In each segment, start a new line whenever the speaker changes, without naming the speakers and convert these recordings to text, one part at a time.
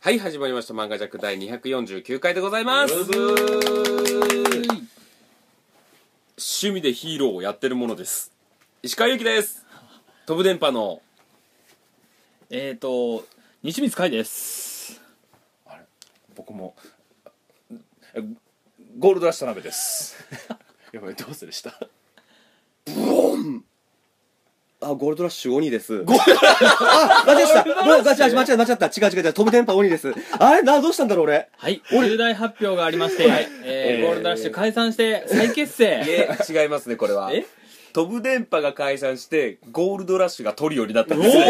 はい、始まりました。漫画ジャック第249回でございます。趣味でヒーローをやってるものです。石川祐希です。飛ぶ電波の、
えっ、ー、と西光海です
僕もえゴールドラッシュ田辺ですやばいどうするした
あ、ゴールドラッシュ鬼です。あ、間違えた。ごめんガチガチ間違えた、間違えた。違う違う違う。飛ぶ電波鬼です。あれな、どうしたんだろう、俺。
はい重大発表がありまして、えー
えー
ゴールドラッシュ解散して再結成
え、違いますね、これは
え
飛ぶ電波が解散して、ゴールドラッシュがトリオになったん
お
ですね。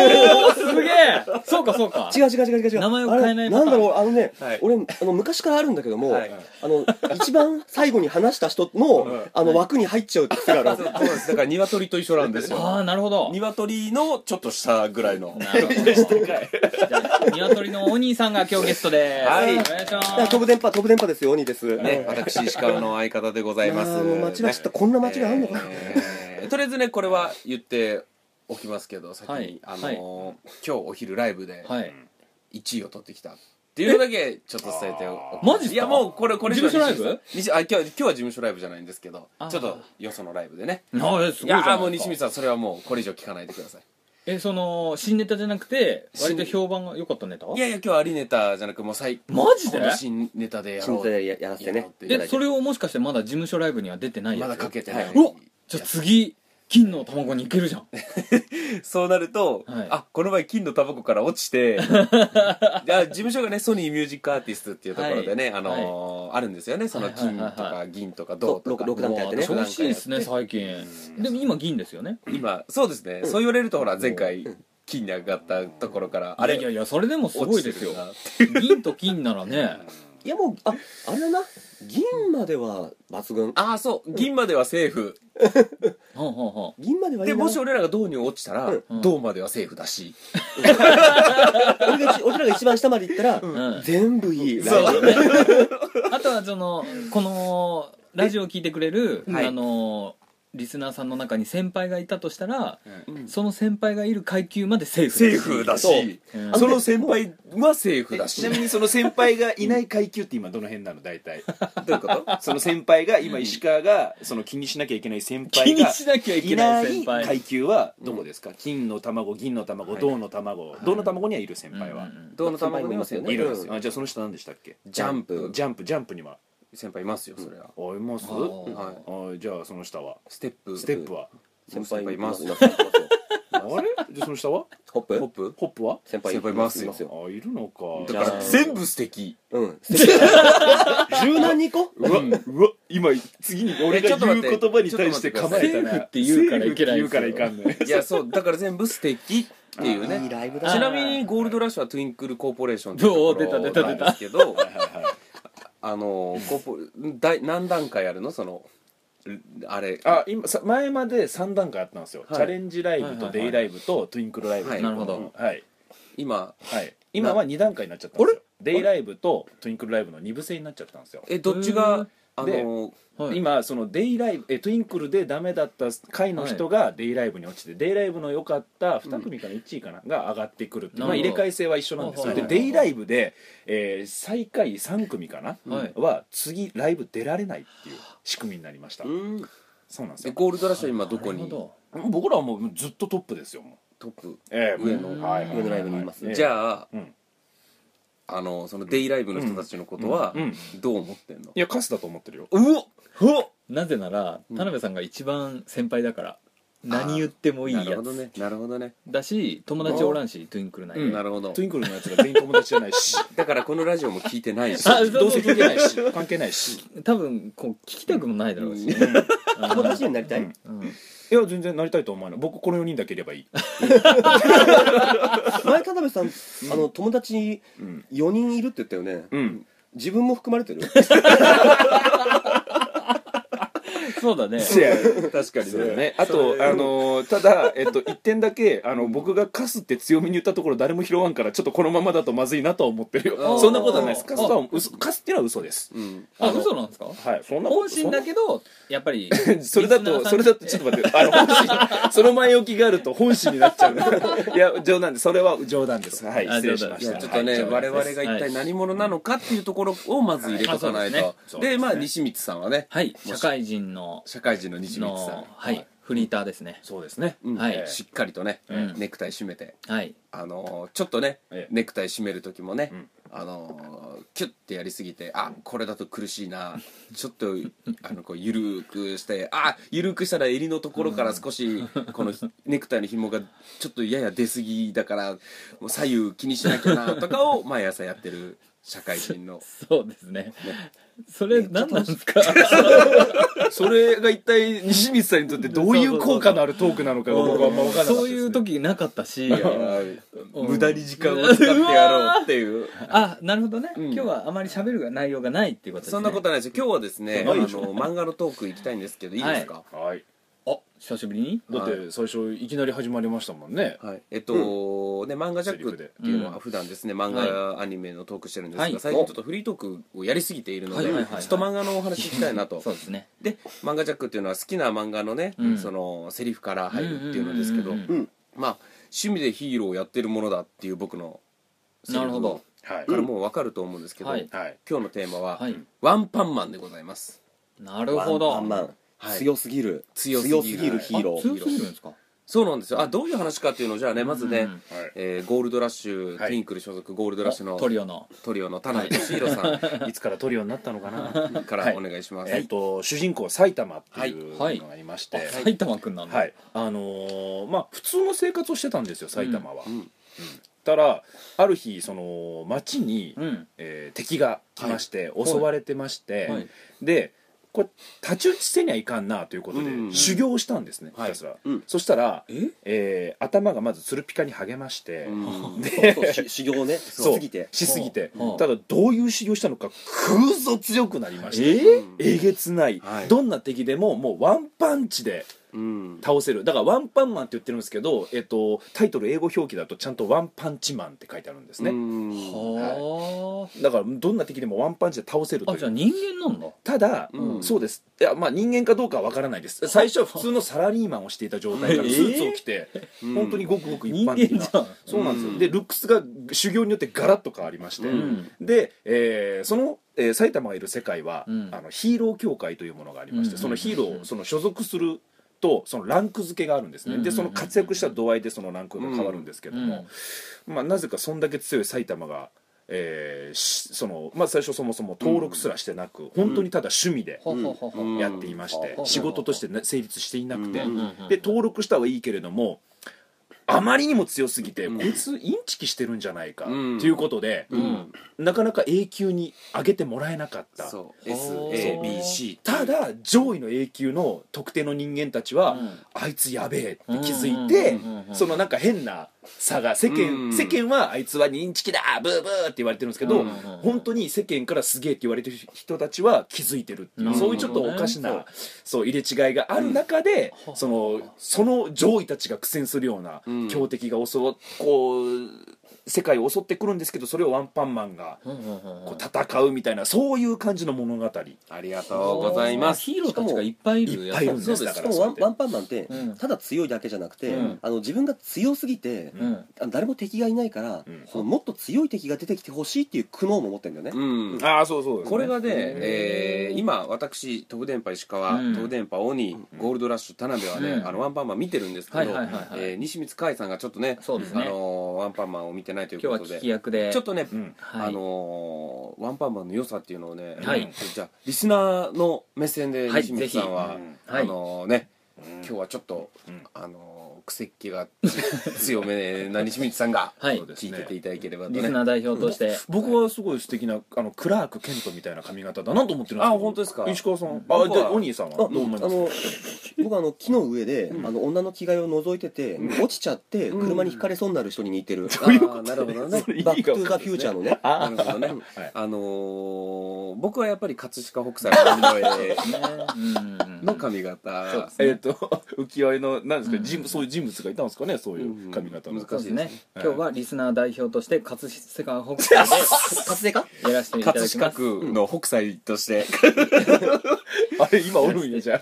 おすげえそうかそうか
違う違う違う違う違う。
名前を変えない
あれ
パター
な
ン
んだろう、あのね
はい、
俺、あの、昔からあるんだけども、
はい
あの、一番最後に話した人の、あの、枠に入っちゃうって癖があ
そう。そう
る
です。だから、鶏と一緒なんですよ。
ああなるほど
鶏のちょっと下ぐらいの。
なるほどじゃあ鶏のお兄さんが今日ゲストです
はい
お願いしま
だから
す
飛ぶ電波、飛ぶ電波ですよ、鬼です。
ね、私、石川の相方でございます。
あーもう間違えちゃった。こんな間違いあんのかな。
えーとりあえずねこれは言っておきますけど先に、
はい
あの
はい
今日お昼ライブで
はい
1位を取ってきたっていうのだけちょっと伝えてお
あ
き
マジっすか
いやもうこれこれ以上
事務所ライブ
西あ今日は今日は事務所ライブじゃないんですけど
あー
ちょっとよそのライブでね
なあえ
い
すごいじゃ
や
ないですか
ーもう西光さんそれはもうこれ以上聞かないでください
えその新ネタじゃなくて割と評判が良かったネタ
いやいや今日はアリネタじゃなくもう最
マジで
この新ネタでやろ
新
う
体でややらせて
やろ
ね
うって。
えそれをもしかしてまだ事務所ライブには出てないや
ま
つ
だかけて
は
ないい、
うわじゃあ次金の卵に行けるじゃん
そうなると、
はい
あこの前金のタバコから落ち ていや事務所がねソニーミュージックアーティストっていうところでね、
はい
あのーあるんですよねその金と
はいは
か
い
銀とか銅とか、
ろくろく段階やってね
うわ調子いいですね最近でも今銀ですよね
今そうですね、そう言われるとほら前回金に上がったところからあ
あれ
れ
いやいやそれでもすごいですよ
落ち
銀と金ならね
いや、もう、あ、あれだな。銀までは抜群。
ああそう銀まではセーフ、
ほんほんほ
銀まではいい
で
な。
もし俺らが銅に落ちたら、
うん
銅まではセーフだし、
俺が一俺らが一番下まで行ったら、
んうん
全部いい。
そう
あとはそのこのラジオを聞いてくれる
はい
あのリスナーさんの中に先輩がいたとしたら
うん
その先輩がいる階級までセーフ
セーフだし
うん
その先輩はセーフだし
ちなみにその先輩がいない階級って今どの辺なの大体
どういうこと
その先輩が今石川がその気にしなきゃいけない先
気
輩
に
が
しなきゃいけ
い
な
ない
先
い階
輩
級はどこですか金の卵銀の卵銅の卵銅の卵にはいる先輩は
うんうん
銅の卵にはセーフ
うん
いるんですよあじゃあその人何でしたっけ
ジャンプ
ジャンプジャンプには
先輩いますよそれは、
あいます
あー
はい
あじゃあその下は
ステップ
ステップは
先輩います。
先
いますいます
あれじゃあその下は
ホップ
ホップ
ホップは
先
先輩いますよ
いますよ。
あいるのか
だ
じ
か
ゃあ
ら全部素敵
うん。柔軟に行こう。
うわ、うわ、今、次に俺
えちょ
が
っと待
言
っ
う
て
言葉に対して構えたな。
ちょっと待ってくださいセーフって言うからいけない
セーフって言うからいかんね。
いやそうだから全部素敵っていう
いい
ね
ライブだ
ちなみにゴールドラッシュはトゥインクルコーポレーションっていうところ
どう出た出た出た
なんですけど
はいはい
あのコーポだい何段階あるのそのあれ
あ、今、さ前まで三段階あったんですよ。
はい
チャレンジライブ
は
と
いはいはい
デイライブとトゥインクルライブ。
はい
なるほど
はい。
今
はい。今は二段階になっちゃったんですよ。デイライブとトゥインクルライブの二部制になっちゃったんですよ。
えどっち
う
が
ん
あの
はい
今そのデイライブえトゥインクルでダメだった回の人がデイライブに落ちて、デイライブの良かった2組かな、1位かなが上がってくるっていう
な
まあ、
るほ
入
ど
れ替え制は一緒なんです
は
よ
いは
で
い
デイライブで、えー最下位3組かな、
はい
は次ライブ出られないっていう仕組みになりました、
うん。
そうなんです
え
よ
ゴールドラッシュは今どこ
な
に
るほど
僕らはもうずっとトップですよもう
トップ
ええ
上
もう
の
はいはい
上のライブにいます
ええ
じゃあ
うん
あのそのデイライブの人たちのことは
うんうん
どう思ってんの
いやカスだと思ってるよ
うおお
なぜなら田辺さんが一番先輩だから何言ってもいい
なる
や
ほど
つ
ねなるほどね
だし友達おらんしトゥインクルない
なるほど
トゥインクルのやつが全員友達じゃないし
だからこのラジオも聞いてないし
あそう
どうせ聞いてないし関係ないし、
多分こう聞きたくもないだろうしね
うん
友達になりたい。
うん
いや全然なりたいと思わない僕この4人だけいればいい、
前田辺さん、あの友達
うん
四人いるって言ったよね。
うん、
自分も含まれてる。
そうだね
確かに
そうだ
ね
ね
あとあのーただ、えっと、1点だけあの僕がカスって強みに言ったところ誰も拾わんからちょっとこのままだとまずいなとは思ってる
あ
よ
ー
そんなことはないです
あ
カスは嘘カスっていうのは嘘です
うん
あ嘘なんですか
はいそんなこと
本心だけどやっぱり
それだ
リスナー
と
さん
それだとちょっと待ってあの本心その前置きがあると本心になっちゃうのいや冗談でそれは冗談ですはい
あ
失礼しま
い
し
や
た
ちょっとね、
はい
我々が一体何者なのかっていうところをまず入れとかないと、
はいあ
そうですねそう
で
ですね
まあ西光さんはね
はい社会人の
社会人の西光さん
の、はい、フリーターですね
そうですね
うん
はい
しっかりとね、
うん
ネクタイ締めて
はい
あのーちょっとね、
ええ
ネクタイ締める時もね、
うん
あのーキュッてやりすぎてあこれだと苦しいなちょっとあのこう緩くしてあ緩くしたら襟のところから少しこのひネクタイの紐がちょっとやや出過ぎだからもう左右気にしなきゃなとかを毎朝やってる社会人の
そうですねそれ何なんですか
それが一体西光さんにとってどういう効果のあるトークなのかが僕はあんま分からなかった
そ
で
う
す
いう時なかったし
いやー無駄に時間を使ってやろうっていう。
あなるほどね、
うん
今日はあまり喋る内容がないっていうことです、ね、
そんなことないですよ今日はですねあ
ない
の
でしょ
漫画のトーク行きたいんですけどいいですか、
はい
あ久しぶりに
だって最初いきなり始まりましたもんね
はい、えっと、ね漫画ジャックっていうの
う
は
ん
普段ですね漫画やアニメのトークしてるんですが、
はい
最近ちょっとフリートークをやりすぎているので、
はいはいはいはい
ちょっと漫画のお話聞きたいなと
そうですね
で漫画ジャックっていうのは好きな漫画のね、
うん
そのセリフから入るっていうのですけど、
うんうんうんうん
うん
まあ趣味でヒーローをやってるものだっていう僕のセリ
な
フ
るほど
はい
からもう分かると思うんですけど、
はい
はい
今日のテーマは、
はい
ワンパンマン」でございます
なるほど
ワンパンマン
はい
強すぎる
強すぎる
ヒーロ
あ
ー
強すぎるんですか
そうなんですよあどういう話かっていうのをじゃあねまずね、
うん
はい
えーゴールドラッシュ、
はい
ティンクル所属ゴールドラッシュの
おトリオの
トリオの田辺俊弘さ
いつからトリオになったの かな
んからお願いします、
えっと主人公埼玉っていう
はい
のがいまし
あ
て
埼玉くんなんだ、
はいあのーまあ普通の生活をしてたんですよ埼玉は
うん
たらある日その町に
うん
えー敵が来まして
い
襲われてまして
はい
でこれ太刀打ちせにはいかんなということで
うん
修行をしたんですねひ
はい
たすら
うん
そしたら
え
えー頭がまずつるぴかに励まして
うん
そうそうし 修行ねし
そう
すぎて
しすぎて
うん
ただどういう修行したのか空ぞ強くなりました
うん
えげつない、
はい
どんな敵でももうワンパンチで
うん
倒せるだからワンパンマンって言ってるんですけど、えっと、タイトル英語表記だとちゃんとワンパンチマンって書いてあるんですね、
うん
は
だからどんな敵でもワンパンチで倒せる
あ、
と
あ
い
じゃあ
う
人間なんだ
ただ、
うん
そうですいやまあ人間かどうかは分からないです最初は普通のサラリーマンをしていた状態か ら
えー
スーツを着て、
うん
本当にごくごく一
人
般
間
的
じ
な
ゃん
そうなんですよ、
うん
でルックスが修行によってガラッと変わりまして、
うん
で、えーその、えー埼玉がいる世界は、
うん
あのヒーロー協会というものがありまして、
うん
そのヒーローをその所属するとそのランク付けがあるんですね、
うん
でその活躍した度合いでそのランクが変わるんですけども、まあ、なぜかそんだけ強い埼玉が、えーしそのまあ、最初そもそも登録すらしてなく、本当にただ趣味で
はははは、
うん
やっていまして、
うん
仕事としてね成立していなくて、
うん
で登録したはいいけれどもあまりにも強すぎて、
うん
こいつインチキしてるんじゃないか、
うん
ということで、
うん
うん
なかなか永久に上げてもらえなかった
そう SABC
SABC
ただ上位の永久の特定の人間たちは、あいつやべえって気づいて、
うんうんうんうん
そのなんか変な差が世間、
うん
世間はあいつは認知機だブーブーって言われてるんですけ
うん
ど、
うんうん
本当に世間からすげえって言われてる人たちは気づいてるっていう、
なるほ
そ
ど
う
ね
いうちょっとおかしなそう入れ違いがある中で、
うん
そのその上位たちが苦戦するような
うん
強敵が襲うこう世界を襲ってくるんですけどそれをワンパンマンが
うんうんうん
こう戦うみたいなそういう感じの物語。
ありがとうございます
ヒーローたちがいっぱいいる
いっぱいいるん
やつ
で
そ
す
う
だ
で
か
し
ら
かもワン
そうやって
ワンパンマンって
うん
ただ強いだけじゃなくて
うん
あの自分が強すぎて
すうん
あの誰も敵がいないから
うん
そのもっと強い敵が出てきてほしいっていう苦悩も持ってるんだよね
うん
ああそうそうですね
これがね、
うん
えー今私飛ぶ電波石川、
うん
飛ぶ電波鬼、ゴールドラッシュ田辺はね、
うん
あのワンパンマン見てるんですけど、
はいはいはいはい
えー西光海さんがちょっとね
そうですね
あのーワンパンマンを見てないとい
今
う
日
こと
は聞
で
き役で
ちょっとね、
うん
はい
あのーワンパンマンの良さっていうのをね、
はい
じゃあリスナーの目線で
はい
西光さんは、
ぜひ
うんはい
あのーね
うん
今日はちょっと、
うん
あのー癖っ気が 強めな西光さんが
はい
聞いてていただければと
リ
ね、
スナー代表として
僕はすごい素敵なあのクラーク・ケントみたいな髪型だなと思ってるんですけど
あ本当ですか
石川さん
僕は
あじゃあお兄さんはどう思い
あ
ます
の僕はあの木の上であの女の着替えを覗いてて落ちちゃって車にひかれそうになる人に似てる
どう いうことなるほどね
それ意味が
バック・トゥ・ザ・フューチャーのね
なるほ どね、
はい
あのー僕はやっぱり葛飾北斎の鬼の絵
ねうんうん
の髪型
そうです
えっと浮世絵のなんですか、人物そういう人物がいたんですかねそういう髪型の、
うん
そうですね
はい
今日はリスナー代表として葛飾北斎
活性化
でやらせていただきま
葛
す
飾区の北斎と して、
あれ今おるんやじゃあ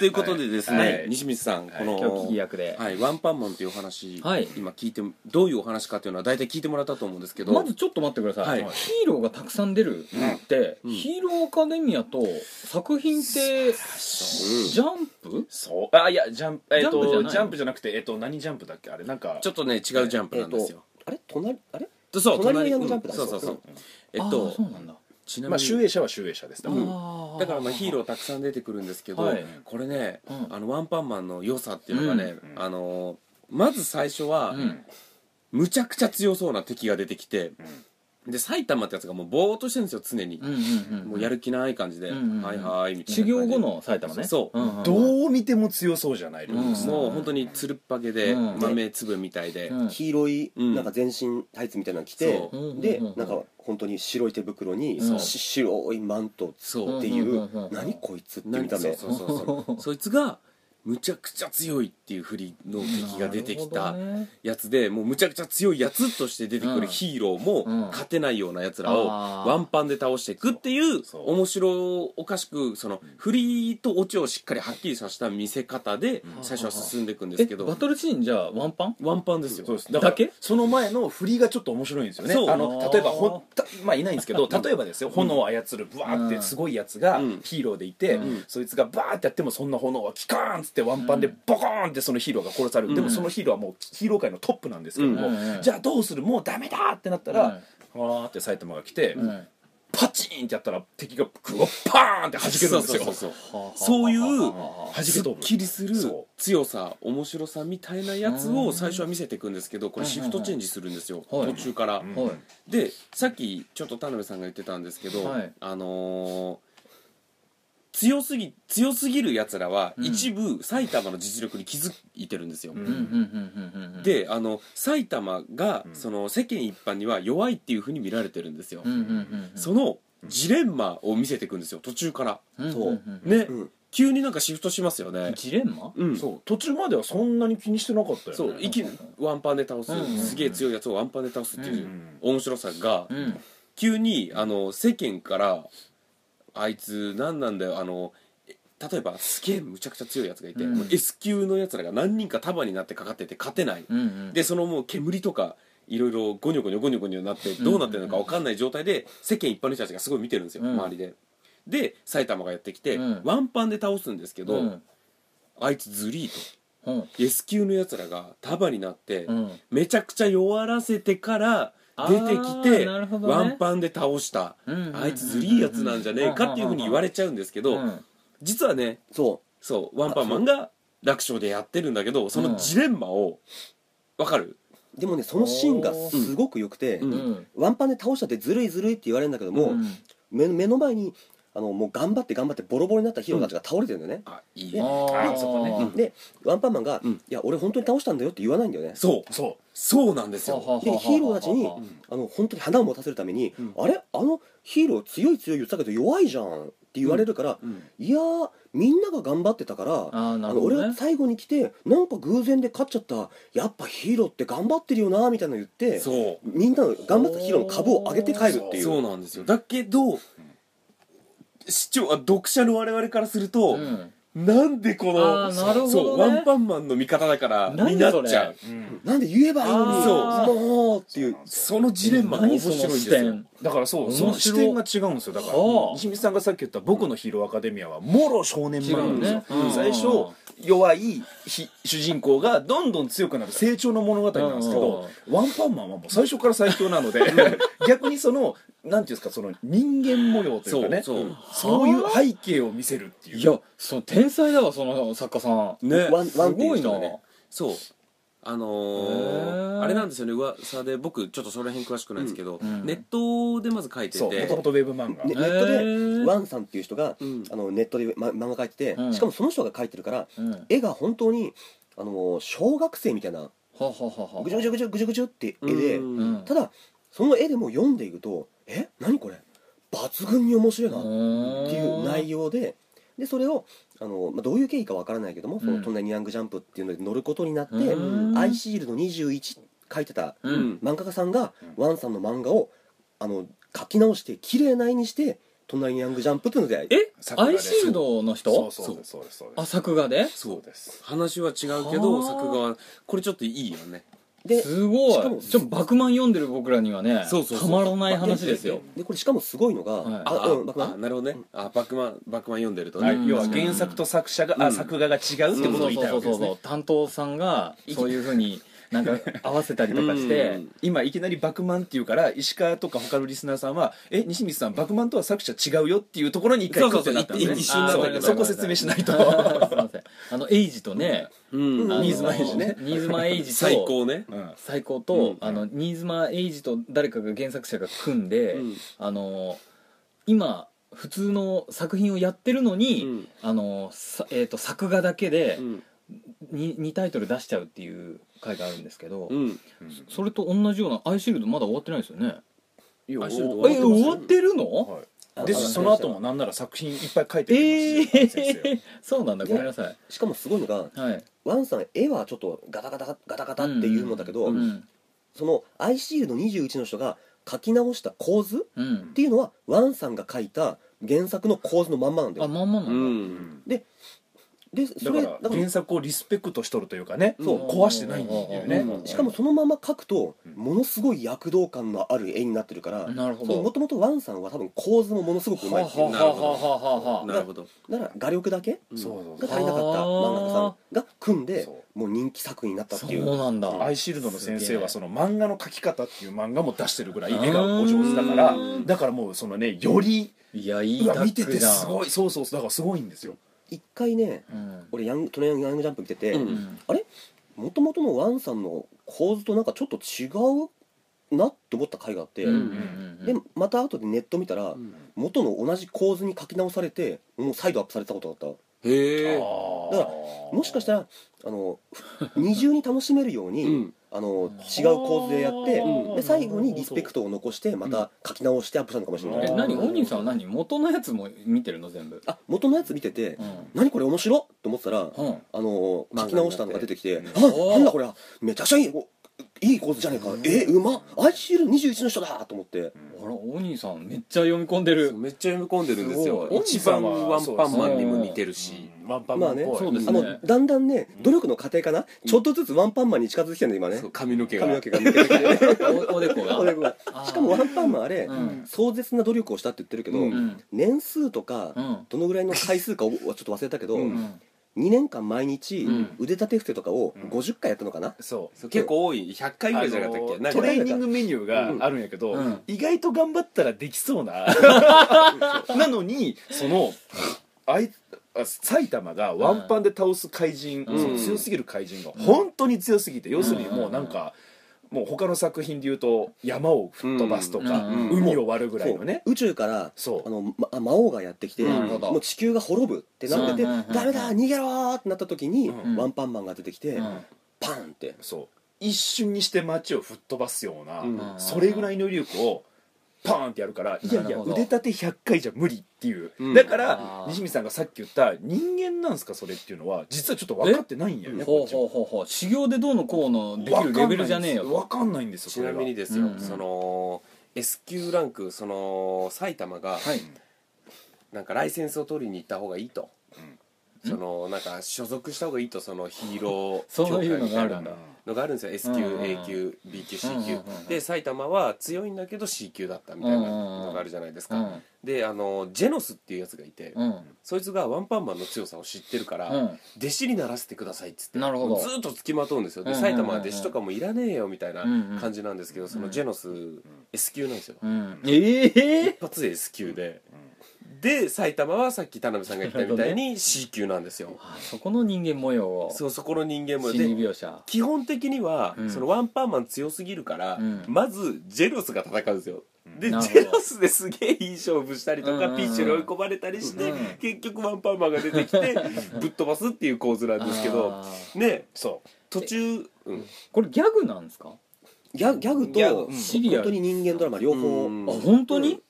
ということでですね、
はい
西光さん、この
今日聞き役で、
はい、ワンパンマンというお話、
はい
今聞いてどういうお話かというのは大体聞いてもらったと思うんですけど、
まずちょっと待ってください、
はい
ヒーローがたくさん出るって、
うん
ヒーローアカデミアと作品ってジャンプ
そうあいやジャンプえっ、
ジャンプじゃない
とジャンプじゃなくてえっ、と何ジャンプだっけあれなんか
ちょっとね違うジャンプなんですよ、
あれ隣あれ
とそう
隣のヤングジャンプだ
うんそうそうそう、
うん
えっ
あー
と
そうなんだ
ちなみに、
まあ集英社は集英社ですだから、
うんだからまあヒー
ロ
ローたくさん出てくるんですけど、
はい
これね、
うん
あのワンパンマンの良さっていうのがね、
うん
あのーまず最初は、
うん
むちゃくちゃ強そうな敵が出てきて、で埼玉ってやつがもうぼーっとしてるんですよ常に
う、んうんうん
もうやる気ない感じで、
うんうん
はいはいみたいな感じで
修行後の埼玉ね
そうん
んん
どう見ても強そうじゃないルークス、
ん
もう本当につるっぱげで、
うん
豆粒みたいで、
うん
黄色い
うん
なんか全身タイツみたいなの着て
そう
で
うんうんうん
なんか本当に白い手袋に
そう
し白いマント
そう
ってい
うんうん
う
うんうん
何こいつって
何
見た目
そうそうそうそうそいつがむちゃくちゃ強いっていうふりの敵が出てき
な
た
るほどね
やつでもうむちゃくちゃ強いやつとして出てく
うん
るヒーローも
うん
勝てないようなやつらを
あー
ワンパンで倒していくっていう
そう
面白おかしくその振りとオチをしっかりはっきりさせた見せ方で
うん
最初は進んでいくんです
え
け
バ
ど
トルシーンじゃあワンパン
ワンパンですよ
そうですだから
だけ
その前の振りがちょっと面白いんですよね
そう
あの例えば
あー
ほんたまあいないんですけど例えばですよ炎を操るブワーっ
うん
てすごいやつが
うん
ヒーローでいて、
うん
そいつがバーってやってもそんな炎はキカーンっつってワンパンでボコーンってそのヒーローが殺される、
うん
でもそのヒーローはもうヒーロー界のトップなんですけども、
うん
じゃあどうするもうダメだーってなったら、わーって埼玉が来て、
うんうん
パチーンってやったら敵がクロパーンって弾けるんですよ
そうそうそうそう
はあはあはあ
そういう
はあ
弾
す
け
っ
飛ぶ
きりする
そ
強さ面白さみたいなやつ
う
を
ん
最初は見せていくんですけどこれシフトチェンジするんですよ
は
途
い
中から
うん
はい
でさっきちょっと田辺さんが言ってたんですけど、
はい
あのー強すぎ強すぎるやつらは
うん
一部埼玉の実力に気づいてるんですよ、
うん
うんうんうんうんうん
であの埼玉が、
ん
その世間一般には弱いっていうふうに見られてるんですよ、
うんうんうんうん
そのジレンマを見せていくんですよ途中から
うんうんうん
ね、
うん
急になんかシフトしますよね
ジレンマ
うん
そう途中まではそんなに気にしてなかったよね
そう一気にワンパンで倒す、
うんうんうん
すげえ強いやつをワンパンで倒すっていううん面白さが
うん
急にあの世間からあいつ何なんだよあのえ例えばすげえむちゃくちゃ強いやつがいて、
うん
もう S 級のやつらが何人か束になってかかってて勝てない、
うんうん
でそのもう煙とかいろいろゴニョゴニョゴニョゴニョになってどうなってるのか分かんない状態で世間一般の人たちがすごい見てるんですよ、
うん
周りで。で埼玉がやってきて、
うん
ワンパンで倒すんですけど、
うん
あいつずりーと。
うん
S 級のやつらが束になって、
うん
めちゃくちゃ弱らせてから出てきて、
あーなるほどね
ワンパンで倒した、
うんうんうんうん
あいつずりいやつなんじゃねえかっていうふうに言われちゃうんですけど、
うん
実はね
そ
そうワンパンマンが楽勝でやってるんだけどそのジレンマをわかる、
うでもねそのシーンがすごく良くて
うん
うん
ワンパンで倒したってずるいずるいって言われるんだけども、
うん
目目の前にあのもう頑張って頑張ってボロボロになったヒーローたちが倒れてるんだよね、
あいいね
え
あー
そこねう
でワンパンマンが「
うん
いや俺本当に倒したんだよ」って言わないんだよね
そう
そ
そうなんです
ははは
よ
はは
でヒーローたちに
うん
あの本当に花を持たせるために「
うん
あれあのヒーロー強い強い言ってたけど弱いじゃん」って言われるから「
うん
いやーみんなが頑張ってたから」
あーな
あ
る
の
ほ
俺
ど
が
ね
最後に来てなんか偶然で勝っちゃったやっぱヒーローって頑張ってるよなみたいなの言って
そう
みんなの頑張ったヒーローの株を上げて帰るっていう
そうなんですよだけど視聴あ読者の我々からすると、
うん
なんでこの
あーなるほどね
そうワンパンマンの味方だから
何
になっちゃう
う、うん、
なんで言えばいいのに
あー
もうっていう
そのジレンマが面
何
白
そ
いんで
の視
すよ
点
だからそう
面
そ
白い
の視点が違うんですよだから
はあ
西光さんがさっき言った「僕のヒーローアカデミア」はもろ少年漫画なんですよ、
違うねうん
最初弱いひ主人公がどんどん強くなる成長の物語なんですけど、ワンパンマンはもう最初から最強な ので逆にそのなんていうんですかその人間模様というかね
そうそう
うんそういう背景を見せるっていう
いやその天才だわその作家さん
ね
ワン
す
ワンってい
ご
う
い
人
な
がね
そうあの
へ
ー
ー
あれなんですよね噂で僕ちょっとその辺詳しくないんですけど、
うんうん
ネットでまず書いて
そうもとも
て
とウェブ漫画、
ねネ
へ
ット
ー
でワンさんっていう人が、
うん
あのネットで、ま、漫画描いてて、
うん
しかもその人が描いてるから
うんは
絵が本当にあの小学生みたいな
ははは
ぐちゃぐちゃぐちゃぐちゃぐちゃって絵で、
うん
うん
ただその絵でも読んでいくと「え何これ抜群に面白いな」っていう内容ででそれをああの、まあ、どういう経緯かわからないけども、そのトンネルニアングジャンプっていうので乗ることになって、
うん
アイシールド21書いてた
うん
漫画家さんが、ワンさんの漫画をあの書き直して綺麗な絵にして「トンネルニアングジャンプ」っていうので
え
桜
ア
で
イシールドの人
そうそうですそうですそうです
あ作画で
そう
です
話は違うけ
は
ど
あ
作画はこれちょっといいよね
です
ごい
しかも
ちょっとバクマン読んでる僕らにはね
そうそうそう
たまらない話ですよ
でこれしかもすごいのが、
はい
あ
あ、
うんバックマ
あ
ン
なるほどねあバックマンバックマン読んでると
は
ね、
うん
い、要は原作と作者が、あ作画が違うってことを言いたいわけですね
そうそうそうそう担当さんがそういうふうに なんか合わせたりとかし
う
て
ん
今いきなり「バクマン」っていうから石川とか他のリスナーさんは「え西光さんバクマンとは作者違うよ」っていうところに一回
そうそう
クッてなったんですね
い一
瞬だったけど
そうそこ説明しない と
すいませんあのエイジとね
うん
うん
あの
新妻エイジね
新妻エイジと
最高ね
うん
最高と、あの新妻エイジと誰かが原作者が組んで、
うん
あの今普通の作品をやってるのに、
うん
あのさえー、と作画だけで
うん、
に 2, タイトル出しちゃうっていう回があるんですけど、
うん、
それと同じようなアイシールドまだ終わってないですよね
いや
アイシールド終わっ
え
てます
終わってるの、
はい
あ
で
あ
その後もなんなら作品いっぱい書いて
ええ
る先生
ー、そうなんだごめんなさい
しかもすごいのが
はい
ワンさん絵はちょっとガタガタガタガタっていうのだけど、
うんうん
そのアイシールド21の人が書き直した構図
う
っ
ん
ていうのはワンさんが書いた原作の構図のまんまなんだ
あ
よ
まんまなんだ、
うん、
でそ
だ
れ
から
だから
原作をリスペクトしとるというかね
そう
壊してないんだよね
うん
しかもそのまま書くと
うん
ものすごい躍動感のある絵になってるから
なるほど
もともとワンさんは多分構図もものすごくうま
はいあ
っていう
は
だ
なる
あは
ほ
あ
ど
はあはあはあ
なるほど
から画力だけ
そうそうそ
が
う
足りな
あー
かった漫画家さんが組んで
そ
もう人気作品になったっ
そ
ていう
うなんだ
アイシールドの先生はその漫画の描き方っていう漫画も出してるぐらい
うん
絵がお上手だから
うん
だからもうそのねより
いやいいうタ
わ見て
ッグ
て
じゃん
すごいそうそうそうだからすごいんですよ
一回ね
うん
俺ヤング「トレインヤングジャンプ」見てて
うん
うん
あれもともとのワンさんの構図となんかちょっと違うなって思った回があって、
うんうんうん
でまた後でネット見たら、元の同じ構図に書き直されてもう再度アップされたことだっ
へえ
だからたもしかしたらあの二重に楽しめるように、
うん
あの違う構図でやって、
うん
で最後にリスペクトを残してまた書き直してアップしたのかもしれない、
え
うん
何本人さんは何元のやつも見てるの全部
あ元のやつ見てて
うん
「何これ面白っ!」って思ってたら、
うん
あの
漫画になっ
書
て
き直したのが出てきて「
おー
あなんだこれめちゃくちゃいいおいい構図じゃねえかえうまっアイシール21の人だ!」と思って
あらお兄さんめっちゃ読み込んで
そう
る
めっちゃ読み込んでるんですよ
すごい
一番ワンパンマンにも似てるし
うんワンパン
ま
マ
あ
ンっ
ね
ぽい
そうです
あ
ね
のだんだんね努力の過程かな、ちょっとずつワンパンマンに近づいてきてるんだ今ね
そう髪の毛が
髪の毛が抜けてきてね
おおでこが
俺が
あー
しかもワンパンマンあれ、
うん
壮絶な努力をしたって言ってるけど、
う
うん
年数とか、
うん
どのぐらいの回数かを ちょっと忘れたけど、
う
うんん
2年間毎日
うん
腕立て伏せとかを
うん
50回やったのかな、
そう
そう結構多い100回ぐらいじゃなかったっ
あ
け
の
なん
ト
か
レーニングメニューがあるんやけど、
うん
意外と頑張ったらできそうななのにそのあいあ埼玉がワンパンで倒す怪人、
うん
その強すぎる怪人が本当に強すぎて、要するにもうなんか、もう他の作品で言うと山を吹っ飛ばすとか、
うん
うん
海を割るぐらいのね
そう宇宙から
そう
あの、ま、魔王がやってきて、
なる
ほど
もう地球が滅ぶってなってて「
そううんうんうん
ダメだ逃げろ!」ってなった時に、
うん
ワンパンマンが出てきて、
うん
パーンって
そう一瞬にして街を吹っ飛ばすような、
うん
それぐらいの威力をパーンってやるからいや
な
い
る
や
ほど
腕立て100回じゃ無理っていう、
うん
だか
あ
ら
ー
西見さんがさっき言った人間なんすかそれっていうのは実はちょっと分かってないんやよね
ほう
こっちは
ほうほうほう修行でどうのこうのできるレベルじゃねえよ
分かんないんですよ
ちなみにです
う
よ
ん
その S 級ランクその埼玉が
はい
なんかライセンスを取りに行った方がいいと
うん
そのなんか所属した方がいいとそのヒーロー
そういうのがあ
協会
る
みたい
ん
な
だ
のがあるんですよ S
う
級
んうん
A 級 B 級 C
うんうん
級
うん
で埼玉は強いんだけど C 級だったみたいなのがあるじゃないです
う
か
ん
であのジェノスっていうやつがいて
うん
そいつがワンパンマンの強さを知ってるから、
うん
弟子にならせてくださいっつって
なるほど
ずーっとつきまとうんですよで、
うんうんうんうん
埼玉は弟子とかもいらねえよみたいな感じなんですけど、そのジェノス S 級なんですよ、
うんええ
一発で S 級で、で埼玉はさっき田辺さんが言ったみ たいに C 級なんですよ、
あそこの人間模様を
そうそこの人間も
心理
で
描写
基本的には、
うん
そのワンパンマン強すぎるから、
うん
まずジェロスが戦うんですよでジ
なるほど
ェロスですげえいい勝負したりとか、
うんうんうん
ピッチに追い込まれたりして、
うん
結局ワンパンマンが出てきてぶっ飛ばすっていう構図なんですけど
あー
ね
そう
途中、うん、
これギャグなんですか
ギャギャグ
ギャグ
と
うん
シリアル
本当に人間ドラマ両方
うん
あ本当に、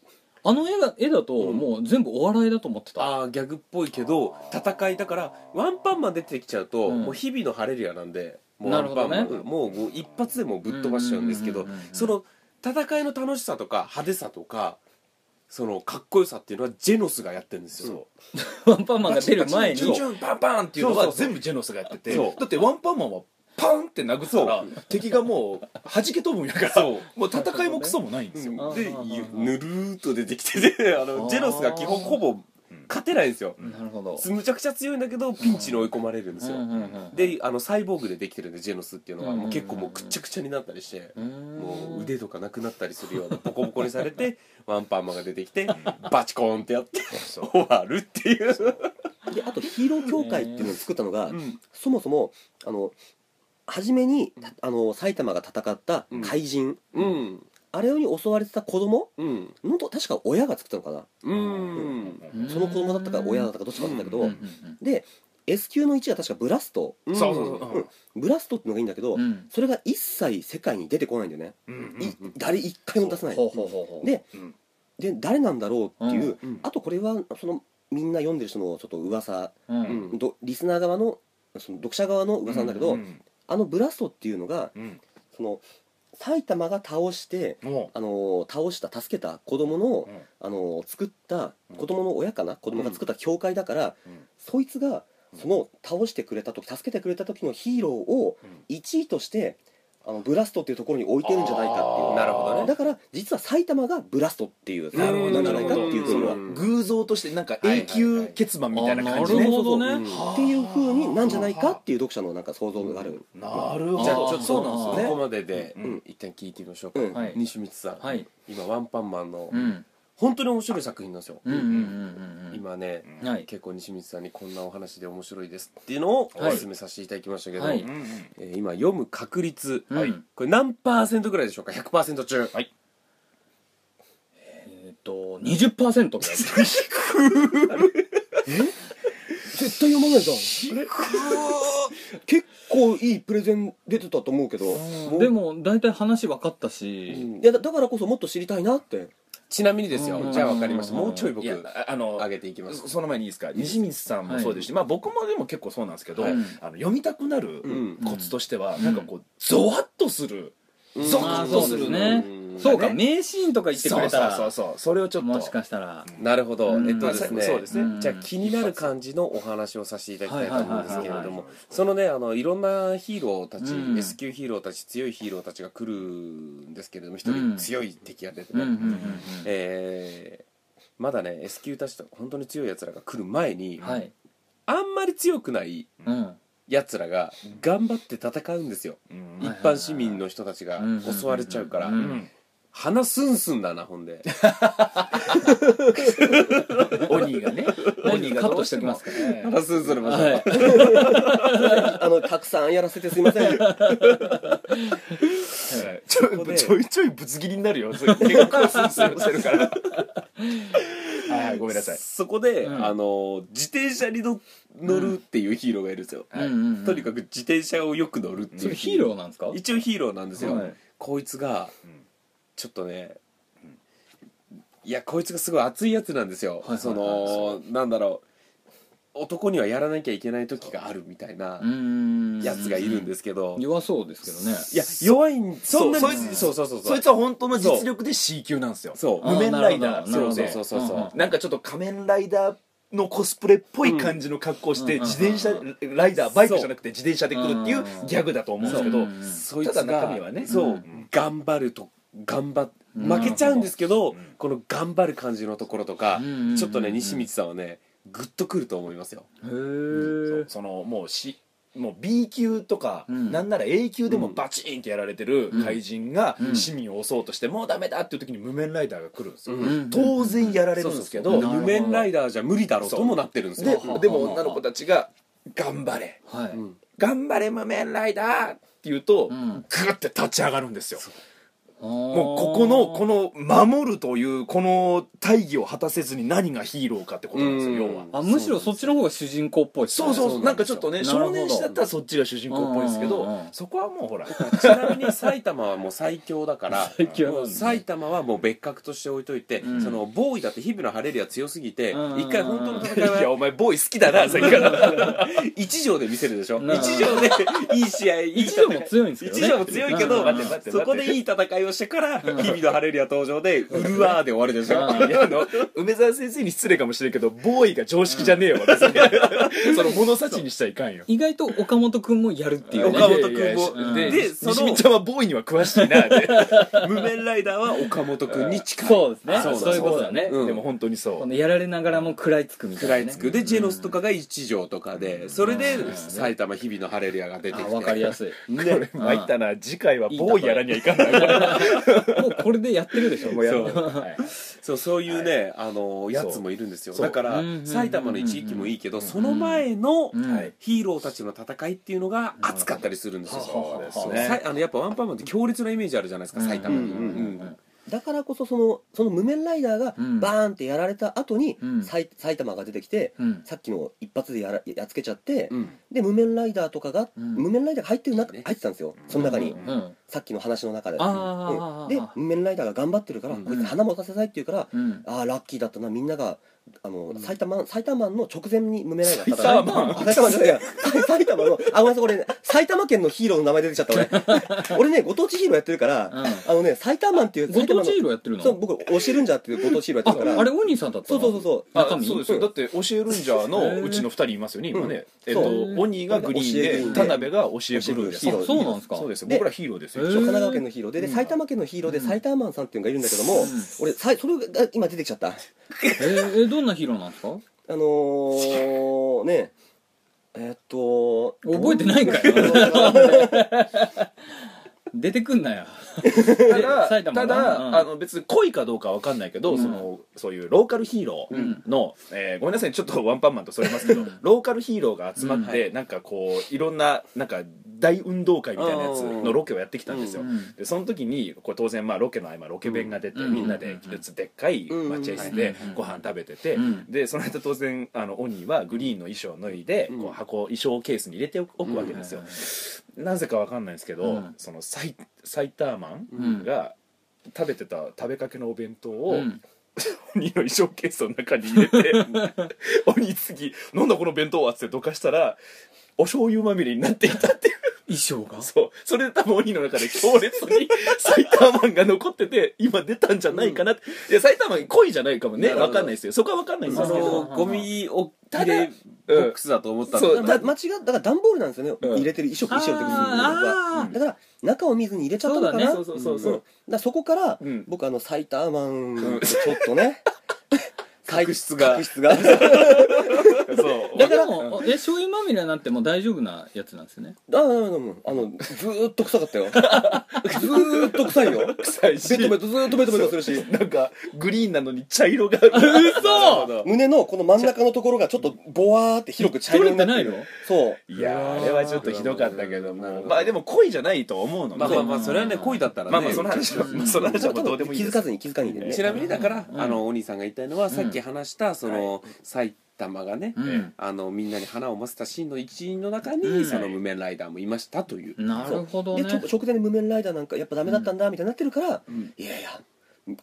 あの絵が絵だともう全部お笑いだと思ってた、
ああギャグっぽいけど戦いだからワンパンマン出てきちゃうと、
うん
もう日々のハレルヤなんでもう
なるほどね
ワンパンマンもうもう一発でもうぶっ飛ばしちゃうんですけ
う
ど
んうんうんうんうん
その戦いの楽しさとか派手さとかそのかっこよさっていうのはジェノスがやってるんですよ、
ワンパンマンが出る前に
チュンチュンパンパンっていうの
そ
は
うそうそう
全部ジェノスがやってて
そう
だってワンパンマンはパンって殴ったら敵がもう弾け飛ぶんやから
そう
もう戦いもクソもないんですよ
うんで
あー
ゆぬるーっと出てきててあのジェノスが基本ほぼ勝てないんですよ
なるほど
むちゃくちゃ強いんだけどピンチに追い込まれるんですよ
うんうんうん
であのサイボーグでできてるんでジェノスっていうのは
うん
もう結構もうくっちゃくちゃになったりして
うーん
もう腕とかなくなったりするようなボコボコにされて ワンパンマンが出てきてバチコーンってやって終わるっていう
であとヒーロー協会っていうのを作ったのが、
うん
そもそもあの初めにあの埼玉が戦った怪人、
うん
あれに襲われてた子供
うん
のと確か親が作ったのかな、
うん
うん
その子供だったか親だったかどっちかなんだけど、
うんうん
で S 級の1が確かブラスト、
うん
そうそうそう
ブラストってのがいいんだけど、
うんうん
それが一切世界に出てこないんだよね、
うん
い誰一回も出さない
ほうほうほうほう
で
うん
で誰なんだろうっていう、
うんうん
あとこれはそのみんな読んでる人のちょっと噂、
うんうん
うん
どリスナー側のその読者側の噂なんだけど、
うん
あのブラストっていうのが
うん
その埼玉が倒して、
も
あのー倒した助けた子供の
う、うん
あのー作った
うん
子供の親かな子供が作った教会だから、
うん
そいつがその倒してくれた時助けてくれた時のヒーローを
うん
1位としてあのブラストっていうところに置いてるんじゃないかっていう
なるほどね
だから実は埼玉がブラストっていう
なるほど
なんじゃないかっていうふうには
うん
偶像としてなんか永久欠番みたいな感じ
あな
ね
るほどね
うん
っていうふうになんじゃないかっていう読者のなんか想像がある、
なるほど
じゃあちょっと
そうなんです
ここ
よね
までで
うん
一旦聞いてみましょうか
うん
はい
西光さん
はい
今ワンパンマンの
うん
本当に面白い作品なんですよ
うんうんうんうん
今ね
うんはい
結構西光さんにこんなお話で面白いですっていうのをお
はい
勧めさせていただきましたけど
はい
うん
えー今読む確率
はい
これ何パーセントぐらいでしょうか100%中
えっと20%ぐらい
絶対読まないじゃん結構いいプレゼン出てたと思うけどもう
でも大体話分かったし
いやだだからこそもっと知りたいなって
ちなみにですよ
うん
じゃあ分かりました
うん
もうちょい
い
僕
や
上
ああの
げていきます
そその前にいいですか西光さんもそうですし、まあ、僕もでも結構そうなんですけど、
はい
あの読みたくなる
うん
コツとしては、
うん
なんかこうゾワッとする、
うん
ゾ
ま
ワ
あ
ッと
そ
す
うで
る
すね
うん
そうか
ね
名シーンとか言ってくれた
そうそう
ら
そうそうそれをちょっと
もしかしたら
なるほど
うん
えっとです
ま
ね
あそうですね
うん
じゃあ気になる感じのお話をさせていただきたいと思うんですけれ
は
ど
いはいはい
もそのねあのいろんなヒーローたち
うん
S 級ヒーローたち強いヒーローたちが来るんですけれども一
う
人
ん
強い敵が出て
うんうん
ね
うん
えーまだね S 級たちと本当に強いやつらが来る前
う
に
んはい
あんまり強くない
うん
やつらが頑張って戦うんですよ
うん
一般市民の人たちが襲われちゃうから
うんうんうん
うん
鼻すんすんだなほん で
鬼がね鬼が
カッ
ど
ト
う
し
してて
おきま
も
すからね
鼻すんすんの場所
はい
あのたくさんやらせてすいませ ん
ちょ
ここで
ちょいちょいぶつ切りになるよそれ結構するするするからはいはいごめんなさい
そこで、
うん
あの自転車にの乗るっていうヒーローがいるんですよ、
うんうんうん
とにかく自転車をよく乗るって
そ
いう
れヒーロ
ー
ーなんですか
一応ヒーローなんですよ、
はい
こいつが
うん
ちょっとね、いやこいつがすごい熱いやつなんですよ、
いはいはい
そのなんだろう男にはやらなきゃいけない時があるみたいな
うん
やつがいるんですけど、い
弱そうですけどね
や弱いんそんなに
そうそいつ
そうそうそう
そ
そう
いつは本当の実力で C 級なんですよ
そう
あー
無面ライダー
なるほど
そう
なるほ
そう
ど
そうそう
なんかちょっと仮面ライダーのコスプレっぽい感じの格好をして
うん
自転車
う
ライダーバイクじゃなくて自転車で来るっていう
うん
ギャグだと思うんですけど
うん
そいつが
ただ中身はね
そう、
ん
頑張ると頑張っ
うん
負けちゃうんですけど、
ほどうん
この頑張る感じのところとか、
うんうんうん
ちょっとね西光さんはねグッとくると思いますよ、
へ
そう
ー
そのもうしもう B 級とか、
うん
なんなら A 級でもバチーンってやられてる怪人が
うん
市民を襲おうとして、もうダメだっていう時に無面ライダーが来るんですよ、
うん
うん
当然やられるんですけど、
そうそうそう
無面ライダーじゃ無理だろうともなってるんです
で
よ、
そう
でも女の子たちが「頑張れ
はい
うん
頑張れ無面ライダー!」って言うと、
うん
グッて立ち上がるんですよもうここのこの守るというこの大義を果たせずに何がヒーローかってことなんですよ
うん
要は
あむしろそっちの方が主人公っぽいっすね
そうそうそうなんかちょっとね
なるほど
少年誌だったらそっちが主人公っぽいですけ
うんうんうん
どそこはもう ほら
ちなみに埼玉はもう最強だから
最強なんだ
もう埼玉はもう別格として置いといて、
うん
そのボーイだって日々の晴れりは強すぎて、
うん
一回本当の
い
戦い
や
は
お前ボーイ好きだなさっきから
一条で見せるでしょ
うん
一条でいい試合いい
一
戦い
条も強いんですけどね
一条も強いけど
うん
待って待って
そこでいい戦いをしてから日々の晴れりは登場でうわーで終わるでしょ
うん
いやあの梅沢先生に失礼かもしれんけどボーイが常識じゃねえよ 俺それその物差しにしちゃいかんよ
意外と岡本君もやるっていうね
岡本君も
いやいやい
で
やで
その
西見ちゃんはボーイには詳しいなって
無面ライダーは岡本君に近い
そうですね
そうだ
そういうことだね
そうだうん
でも本当にそう
このやられながらも食らいつくみたい
食
な
ら
ね
いつくでジェノスとかが一条とかでそれで埼玉日々の晴れりゃが出て
あ
きて
分かりや すい
これ参ったな次回はボーイやらにはいかんない
もうこれでやってるでしょ
もうやろう
そ
はい
そうそういうね、あのやつもいるんですよ
そう
だから
うんうんうんうん
埼玉の一域もいいけどその前の
うん
はい
ヒーローたちの戦いっていうのが熱かったりするんですよ
そうです
そうさ
ね
いあのやっぱワンパンマンって強烈なイメージあるじゃないですか埼玉に、
うん
うんうんうん
うん
だからこそそのその無面ライダーが
うん
バーンってやられた後に、
うん
さい埼玉が出てきて、
うん
さっきの一発でやらやっつけちゃって、
うん
で無面ライダーとかが、
うん
無面ライダーが入ってる中
ね
入ってたんですよその中に、
うんうん
さっきの話の中で、
あー
うんで無面ライダーが頑張ってるから、
うん
こいつ花持たせたいって言うから、
うん
ああラッキーだったなみんながあの、埼玉埼玉の直前に無名ライダーだった
埼玉
あ埼玉じゃないや埼埼玉のあごめんなさい俺ね埼玉県のヒーローの名前出てきちゃった 俺俺ねご当地ヒーローやってるから、
うん
あのね埼玉っていう
ご
埼
当
玉
地ヒー
の
ローやってるの
そう僕教えるんじゃっていうご当地ヒーローやってるから
ああれウニさんだった
そう
の
そうそうそう
あ中身
そうですよだって教えるんじゃのうちの2人いますよね今ねえっと
そう
鬼がグリ
教えグリーン
ーンで
で
田辺が教えブルーです
教えブルーヒーロー
あそうなんですか
そうですよ
で
僕らヒーローですよ
へ
そう
ー
神奈川県のヒーローでで埼玉県のヒーローで埼玉マンさんっていうのがいるんだけども、
うん
俺さいそれが今出てきちゃった
えーえーどんなヒーローなんですか
あのー、ねえーっと
覚えてないんかい出てくんなよ
た
で 埼
だ
玉
た
のうん
だあの別に恋かどうかわかんないけどそのそういうローカルヒーローのえーごめんなさいちょっとワンパンマンとそれますけどローカルヒーローが集まってなんかこういろんななんか大運動会みたいなやつのロケをやってきたんですよ
うん
でその時にこう当然まあロケの合間ロケ弁が出て
うん
みんなででっかい待合室で
うん
ご飯食べてて
うん
でその間当然あのオニーはグリーンの衣装を脱いでこ
う
うん箱衣装ケースに入れておくわけですよなぜかわかんないんですけど、
うん
そのサイサイターマ
うん
ンが食べてた食べかけのお弁当を、
うん
鬼の衣装ケースの中に入れて 鬼次なんだこの弁当はっつってどかしたらお醤油まみれになっていたっていう
衣装が
そうそれで多分鬼の中で強烈 にサイターマンが残ってて今出たんじゃないかなって、いやサイターマン恋じゃないかもね
なるほど
わかんないですよそこはわかんないんで
あ
すけど
のゴミを入れボックスだと思った
そう
だから間違だから段ボールなんですよね、
うん
入れてる衣食
あ
衣食って
ーあー
だから中を見ずに入れちゃったのか
そ
な
うだね
そうそうそう
うん
そう
だからそこから、
うん
僕あのサイターマンちょっと ね
角質が
角質が
そう
だからもえ醤油まみれになっても大丈夫なやつなんですよね
あああのずーっと臭か ったよずーっと臭いよ
臭いし
ベトベトずーっとベトベトするし
なんかグリーンなのに茶色がある
嘘
胸のこの真ん中のところがちょっとボワーって広く茶色になって
取れてないの
そう
いやーあれはちょっとひどかったけど
なる
も
ほど
まあでも恋じゃないと思うので
まあまあまあそれはね恋だったらね
まあまあその話は、
うん
まあその話はもうどうでもいい
気
で
づ
す
かずに気づかずにね
ちなみにだから、
うん
あのお兄さんが言いたいのは、さっき話したその、埼玉がね、
うん
あのみんなに花を混ぜたシーンの一員の中に、
うん
その無面ライダーもいましたという、
なるほど
で
ね
ちょ直前で無面ライダーなんかやっぱダメだったんだみたいになってるから、いやいや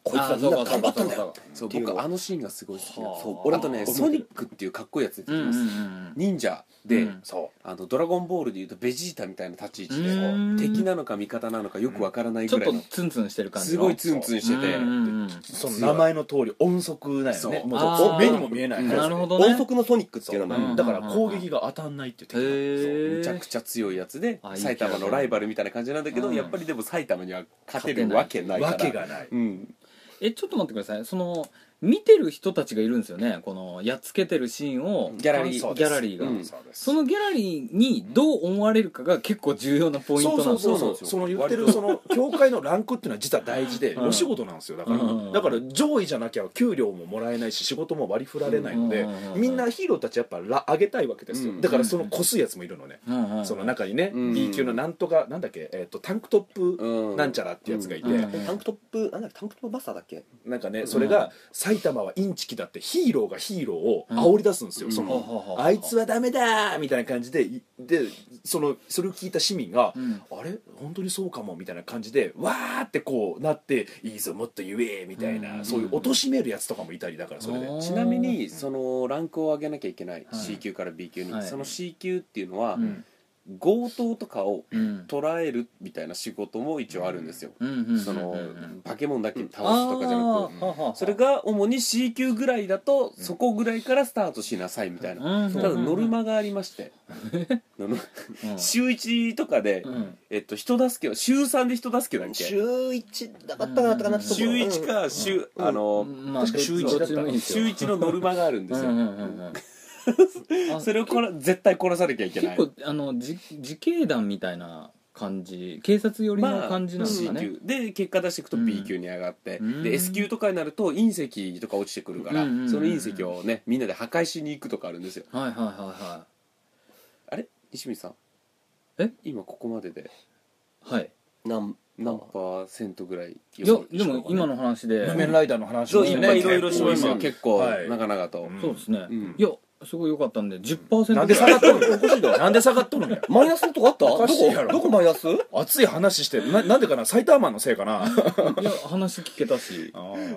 こいつらみんな頑張ったんだよ
そう
っていうの
僕あのシーンがすごい好きなんです
はあ
俺あとね
そう
ソニックっていうかっこいいやつ出て
うん
き
うん
ます、
うん
忍者で、
うん
そ
あのドラゴンボールでいうとベジータみたいな立ち位置で、
うん
敵なのか味方なのかよくわからない
ちょ
ぐ
っ
らい
と
の
ツンツンしてる感じの
すごいツンツンしてて、
うんうんうん
うその名前の通り音速なんよ
そう
ねも
あ
う
ー
お目にも見えない
なるほどね
音速のソニックっていう名前、
うん
だから攻撃が当たんないっていう
へ
テ
え
めちゃくちゃ強いやつで
あいいキャ
埼
ラ
玉のライバルみたいな感じなんだけど、
うん
やっぱりでも埼玉には勝てるわけない
ー
から
マわけがない
うん、
えちょっと待ってくださいその見てる人たちがいるんですよねこのやっつけてるシーンを
ギャラリー
そう
ギ
です
ャラリーが、
うん
そうです
そのギャラリーにどう思われるかが結構重要なポイントなんです
そう
よ
そうそうそうその言ってるその教会のランクっていうのは実は大事で、
うん
お仕事なんですよだから、
うん
だから上位じゃなきゃ給料ももらえないし仕事も割り振られないので、
うん
みんなヒーローたちやっぱら上げたいわけですよ、
うん
だからそのこすいやつもいるのね、
うんうん
その中にね、
うん
B 級のなんとかなんだっけ、えー、とタンクトップ
うん
なんちゃらってやつがいて、
うん
タンクトップなんだっけタンクトップバスターだっけ
なんかねそれが埼玉はインチキだってヒーローがヒーローを煽り出すんですよ、
うん
そ
うん
ほう
の、
ほうほう
あいつはダメだーみたいな感じでいでそのそれを聞いた市民が、
うん
あれ本当にそうかもみたいな感じでわーってこうなっていいぞもっと言えみたいな、
うん
そういう貶としめるやつとかもいたりだからそれで
うん
ちなみにそのランクを上げなきゃいけない
はい
C 級から B 級に、
はい
その C 級っていうのは
うん
強盗とかを
うん
捉えるみたいな仕事も一応あるんですよ、
うんうんうんうん
その
うん
化け物だけ倒すとかじゃなく
あーはあはあ
それが主に C 級ぐらいだとそこぐらいからスタートしなさいみたいな
うんうんうん
ただノルマがありましてあの
うん
週1とかで、
うん
えっと、人助けを週3で人助けだっけ週
週一だったかなったかな
うん
1か週、あの、
まあ
確か週一だ
どっ
った
ちでもいいんです
週
よ
1のノルマがあるんですよ、
うんうんうんうんあ
それをこら絶対殺さなきゃいけな
結
い
構あのじ自警団みたいな感じ警察寄りの感じなんですか
C
ね、
級で結果出していくと B 級に上がって、
うん
で S 級とかになると隕石とか落ちてくるから、
うんうんうんうん
その隕石をねみんなで破壊しに行くとかあるんですよ
はいはいはいは
あれ西見さん
え
今ここまでで
いはい
なん
何パーセントぐらい
いやでも今の話で
無面ライダーの話
そう
も
い
ね
っぱいいろいろしましたよ
うん
結構
はい
長々と、
うん
そうですね、
うん
いやすごい良かったんで10%
なんで下がっとるのなんで下がっとるんや
マイナスのとこあった
おかしいや
ど
ろ
こどこマイナス
熱い話してるななんでかなサイターマンのせいかな
いや話聞けたし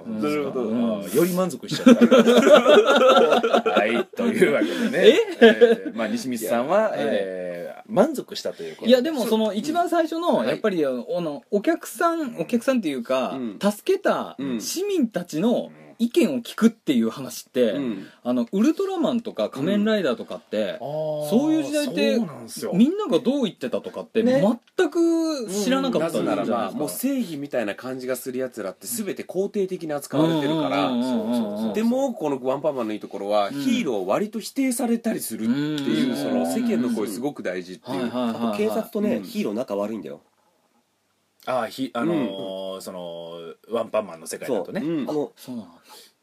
うん
なるほど
うん
あーより満足しちゃった。はい、というわけでね。えーまあ、西光さんは、えー満足したということ
いやでもその一番最初の
はい
やっぱりあのお客さんお客さんっていうか
うん
助けた
うん
市民たちの意見を聞くっていう話って
うん
あのウルトラマンとか仮面ライダーとかって
そ
そういう時代って
そうなんですよ。
みんながどう言ってたとかって
ね
全く知らなかった
なん
じ
ぜ
ゃ
な
ない
ら
です
ば
か
もう正義みたいな感じがするやつらって全て肯定的に扱われてるから、
うんうんうんうんうん
でもこのワンパンマンのいいところは、
うん
ヒーローを割と否定されたりするっていう、
うん
その世間の声すごく大事ってい
は
う、
いはいはいはい
警察とね、
うん
ヒーロー仲悪いんだよ
あーひ、あのー、その、ワンパンマンの世界だとね。
うん
あの
そうなの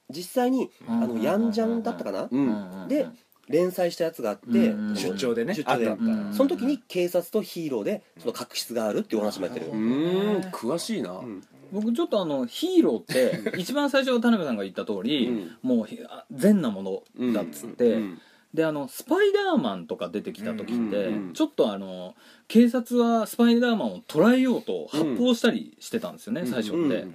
実際にあ
うん
のヤンジャンだったかな
うん
うん
で連載したやつがあって
うん
その
出張でね
出張で
あったあ
った
その時に警察とヒーローでその確執があるっていうお話もやってるよ
うーん詳しいな、
ん
僕ちょっとあのヒーローって一番最初田辺さんが言った通り、
うん
もうひあ善なものだっつって、
うん
であのスパイダーマンとか出てきた時って、
うんうん
ちょっとあの警察はスパイダーマンを捕らえようと発砲したりしてたんですよね、
うん
最初って、
うん
うん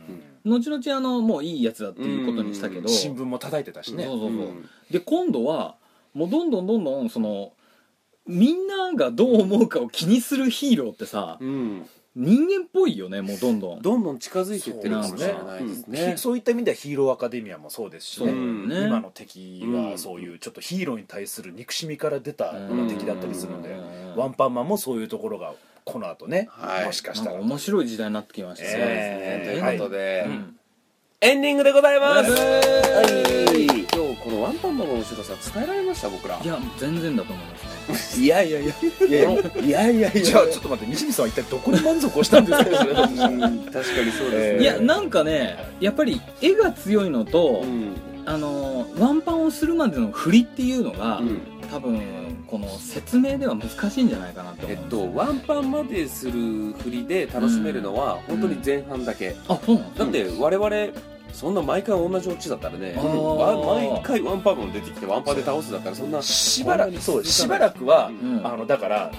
後々あのもういいやつだっていうことにしたけど、
新聞も叩いてたしね。
そうそうそう、
うん
で今度はもうどんどんどんどんそのみんながどう思うかを気にするヒーローってさ、
うん
人間っぽいよねもうどんどん
どんどん近づいていってるかもしれないですね
ひそういった意味ではヒーローアカデミアもそうですし
そう
ね
だよね、
今の敵はそういうちょっとヒーローに対する憎しみから出た敵だったりするので
うん
ワンパンマンもそういうところがこの後ね
はい
もしかし
な
た
んから面白い時代になってきましたね、
え
ということで、
うん
エンディングでございます、
はい
今日このワンパンマンの面白さ伝えられました僕ら
いや全然だと思いますね
いやいやいやいやいやいやいや
じゃあちょっと待って西見さんは一体どこに満足をしたんですか
確かにそうですね、
えー
いやなんかねやっぱり絵が強いのと、
うん
あのーワンパンをするまでの振りっていうのが、
うん
多分この説明では難しいんじゃないかなと思
え
う
っ
んですよ
とワンパンまでする振りで楽しめるのは
うん
本当に前半だけ、
あそうなんです
だって我々そんな毎回同じオチだったらね、
あー
わ毎回ワンパンマン出てきてワンパンで倒すだったらそんな
しばら
そんな
く
に
そうしばらく
う
は
ん
うん
あのだから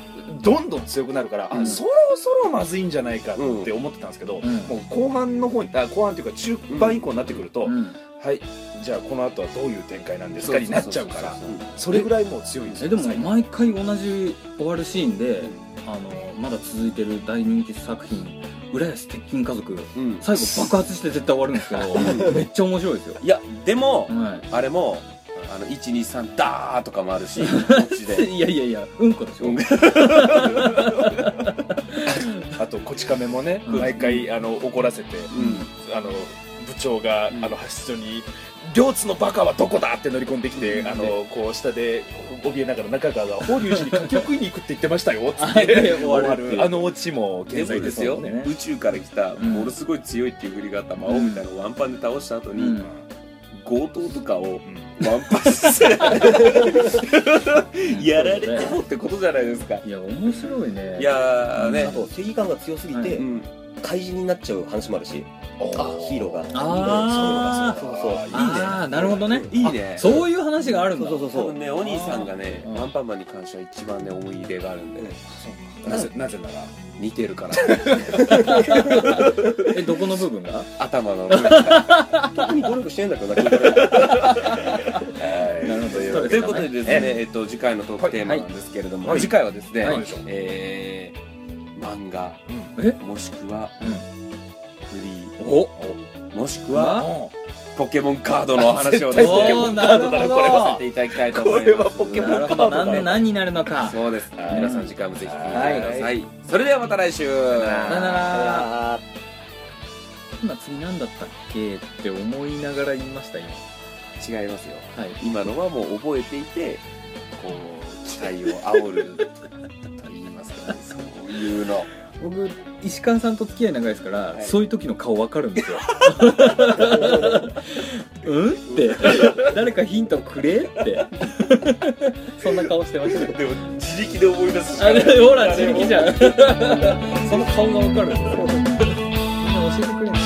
どんどん強くなるか
う
らあ
ん
そろそろまずいんじゃないかって思ってたんですけど
うん
もう後半の方にあ後半っていうか中盤以降になってくると
うん
はいじゃあこの後はどういう展開なんですかになっちゃうから
うん
それぐらいもう強いんです
え
よ
でも
最後
毎回同じ終わるシーンで、あのーまだ続いてる大人気作品「浦安鉄筋家族」
うん
最後爆発して絶対終わるんですけどめっちゃ面白いですよ、
いやでも、
は
あれもあの123ダーとかもあるしオチで
い、いやいやいやうんこでしょ、
うん
あとこち亀もね、
うん
毎回あの怒らせて、あの部長が、あの派出所に「両津のバカはどこだ!」って乗り込んできて、あのこう下で怯えながら中川が「法隆寺に柿を食いに行くって言ってましたよ」つっ て
終わるっていう
あのオチも
で
健
も
在
で
です
す
よ
よ、
ね
宇宙から来た
ん
ものすごい強いっていう振りがあった魔王みたいなのをワンパンで倒した後に、
うん
強盗とかを
うん
ワンパン してやられてもってことじゃないですか
いや面白いね
いやー
あ
ね、
と正義感が強すぎて、
うん
怪人になっちゃう話もあるしヒーローが
あー
そうそうそう
いいね
ああなるほどね
いいね
あそういう話があるんだ
そうそう
多
そう
分ねお兄さんがね
うん
ワンパンマンに関しては一番ね思い入れがあるんで、
うん
なぜなぜなら
似てるから
えどこの部分が
頭の部分が
特に努力してんだけどな筋ト レ
なるほど
という
ということでですね、
え
えっと、次回のトークテーマなんですけれども、
はい
次回はですね、
はい
えー漫画
え
もしくはフリ
お
ーもしく
わ
はポケモンカードのお話をです
絶対ポケモンカードだね
これはさせていただきたいと思います
これはポケモン
なるほど何で何になるのかさ
そうです、
はい
皆さん次回もぜひ聞いてください、それではまた来週
よなら今次何だったっけって思いながら言いました今
違いますよ
はい
今のはもう覚えていてこう期待を煽ると言いますかねそういうの
僕石川さんと付き合い長いですから、
い
そういう時の顔わかるんですようんって誰かヒントくれってそんな顔してました
でも自力で思い出すし
あでほら自力じゃんその顔がわかるんですよみんな教えてくれない